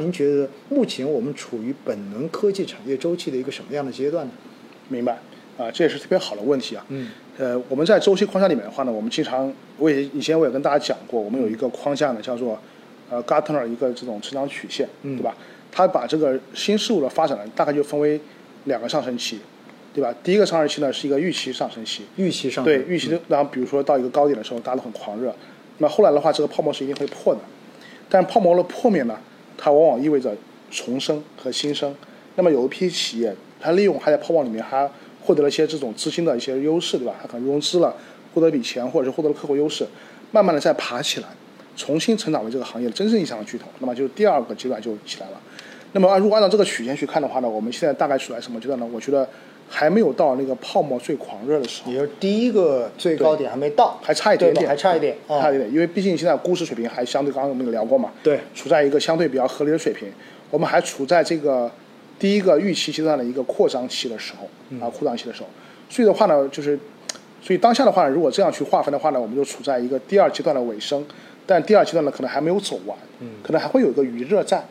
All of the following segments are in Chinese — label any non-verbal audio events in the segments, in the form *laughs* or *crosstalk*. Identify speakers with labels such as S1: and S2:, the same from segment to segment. S1: 您觉得目前我们处于本能科技产业周期的一个什么样的阶段呢？
S2: 明白啊，这也是特别好的问题啊。
S1: 嗯，
S2: 呃，我们在周期框架里面的话呢，我们经常我也以前我也跟大家讲过，我们有一个框架呢，叫做呃 Gartner 一个这种成长曲线，
S1: 嗯
S2: 对吧？它把这个新事物的发展呢，大概就分为两个上升期，对吧？第一个上升期呢是一个预期上升期，
S1: 预期上嗯
S2: 对预期的，然后比如说到一个高点的时候，大家都很狂热，那后来的话，这个泡沫是一定会破的，但泡沫的破灭呢，它往往意味着重生和新生。那么有一批企业，它利用还在泡沫里面，还获得了一些这种资金的一些优势，对吧？它可能融资了，获得一笔钱，或者是获得了客户优势，慢慢的再爬起来，重新成长为这个行业真正意义上的巨头。那么就是第二个阶段就起来了。那么按如果按照这个曲线去看的话呢，我们现在大概处在什么阶段呢？我觉得还没有到那个泡沫最狂热的时候
S1: 也。就是第一个最高点还没到，
S2: 还差一点
S1: 对吧
S2: 点，
S1: 还差一点，啊
S2: 差一点，因为毕竟现在估值水平还相对，刚刚我们也聊过嘛，
S1: 对
S2: 处在一个相对比较合理的水平，我们还处在这个第一个预期阶段的一个扩张期的时候
S1: 嗯
S2: 啊，扩张期的时候，所以的话呢，就是，所以当下的话呢，如果这样去划分的话呢，我们就处在一个第二阶段的尾声，但第二阶段呢，可能还没有走完，
S1: 嗯
S2: 可能还会有一个余热在，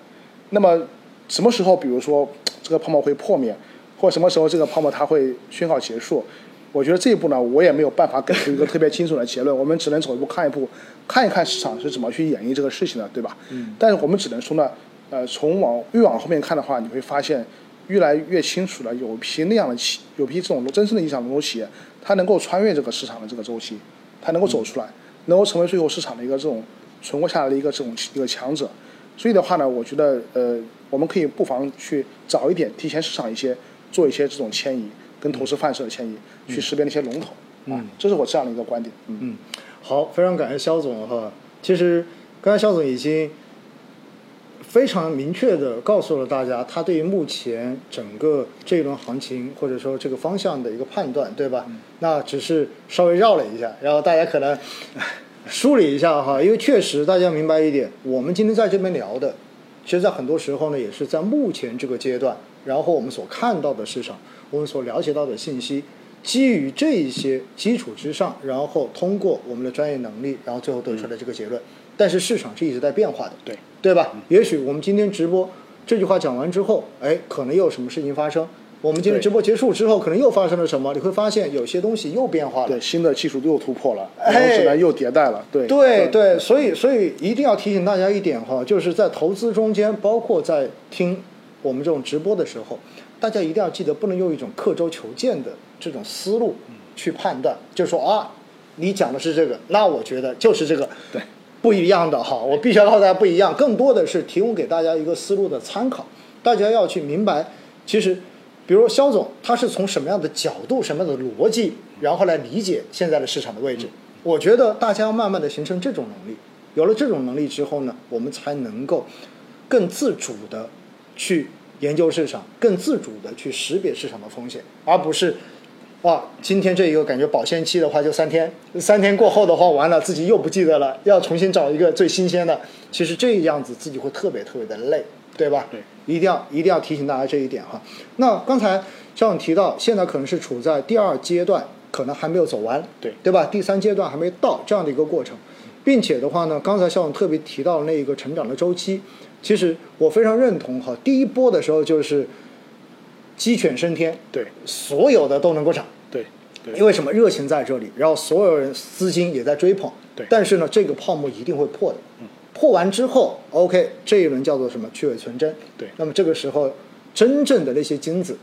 S2: 那么什么时候，比如说这个泡沫会破灭，或者什么时候这个泡沫它会宣告结束？我觉得这一步呢，我也没有办法给出一个特别清楚的结论，我们只能走一步看一步，看一看市场是怎么去演绎这个事情的，对吧？嗯。但是我们只能说呢，呃，从往越往后面看的话，你会发现越来越清楚了，有一批那样的企，有一批这种真正的意义上的龙头企业，它能够穿越这个市场的这个周期，它能够走出来，能够成为最后市场的一个这种存活下来的一个这种一个强者。所以的话呢，我觉得呃，我们可以不妨去早一点，提前市场一些做一些这种迁移，跟
S1: 嗯
S2: 投资范式的迁移，去识别那些龙头。啊，这是我这样的一个观点。嗯，
S1: 嗯，好，非常感谢肖总哈。其实刚才肖总已经非常明确的告诉了大家，他对于目前整个这一轮行情或者说这个方向的一个判断，对吧？那只是稍微绕了一下，然后大家可能 *laughs* 梳理一下哈，因为确实大家明白一点，我们今天在这边聊的，其实，在很多时候呢，也是在目前这个阶段，然后我们所看到的市场，我们所了解到的信息，基于这一些基础之上，然后通过我们的专业能力，然后最后得出来这个结论。但是市场是一直在变化的，
S2: 对
S1: 对吧？也许我们今天直播这句话讲完之后，哎，可能又有什么事情发生。我们今天
S2: 对
S1: 直播结束之后，可能又发生了什么？你会发现有些东西又变化了。
S2: 对，新的技术又突破了，
S1: 哎
S2: 然后智能又迭代了。对，
S1: 对对，所以所以一定要提醒大家一点哈，就是在投资中间，包括在听我们这种直播的时候，大家一定要记得不能用一种刻舟求剑的这种思路去判断，
S2: 嗯
S1: 就说啊，你讲的是这个，那我觉得就是这个，
S2: 对，
S1: 不一样的哈，我必须要告诉大家不一样，更多的是提供给大家一个思路的参考，大家要去明白，其实。比如肖总，他是从什么样的角度、什么样的逻辑，然后来理解现在的市场的位置？我觉得大家要慢慢的形成这种能力，有了这种能力之后呢，我们才能够更自主的去研究市场，更自主的去识别市场的风险，而不是哇，今天这一个感觉保鲜期的话就三天，三天过后的话完了自己又不记得了，要重新找一个最新鲜的。其实这样子自己会特别特别的累，对吧？
S2: 对，
S1: 一定要一定要提醒大家这一点哈。那刚才肖总提到，现在可能是处在第二阶段，可能还没有走完，
S2: 对
S1: 对吧？第三阶段还没到这样的一个过程，并且的话呢，刚才肖总特别提到那一个成长的周期，其实我非常认同哈。第一波的时候就是鸡犬升天，
S2: 对
S1: 所有的都能够涨，
S2: 对对
S1: 因为什么？热情在这里，然后所有人资金也在追捧。
S2: 对嗯
S1: 但是呢，这个泡沫一定会破的。破完之后，OK，这一轮叫做什么？去伪存真。
S2: 对
S1: 那么这个时候，真正的那些金子，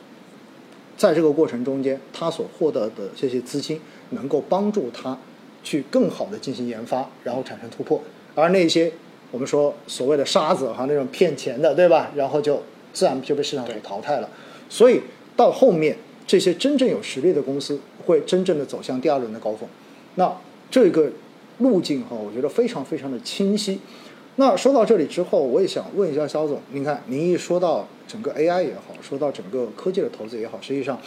S1: 在这个过程中间，他所获得的这些资金，能够帮助他去更好的进行研发，然后产生突破。而那些我们说所谓的沙子哈，那种骗钱的，对吧？然后就自然就被市场所
S2: 对
S1: 淘汰了。所以到后面，这些真正有实力的公司会真正的走向第二轮的高峰。那这个路径哈，我觉得非常非常的清晰。那说到这里之后，我也想问一下肖总，您看，您一说到整个 AI 也好，说到整个科技的投资也好，实际上，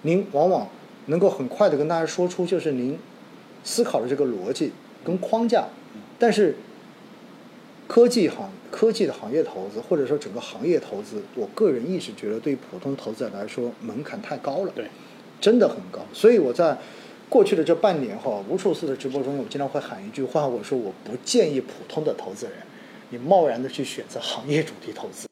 S1: 您往往能够很快的跟大家说出，就是您思考的这个逻辑跟框架，但是科技行科技的行业投资，或者说整个行业投资，我个人一直觉得对普通投资者来说门槛太高了，
S2: 对，
S1: 真的很高。所以我在过去的这半年哈，无数次的直播中，我经常会喊一句话，我说我不建议普通的投资人你贸然的去选择行业主题投资。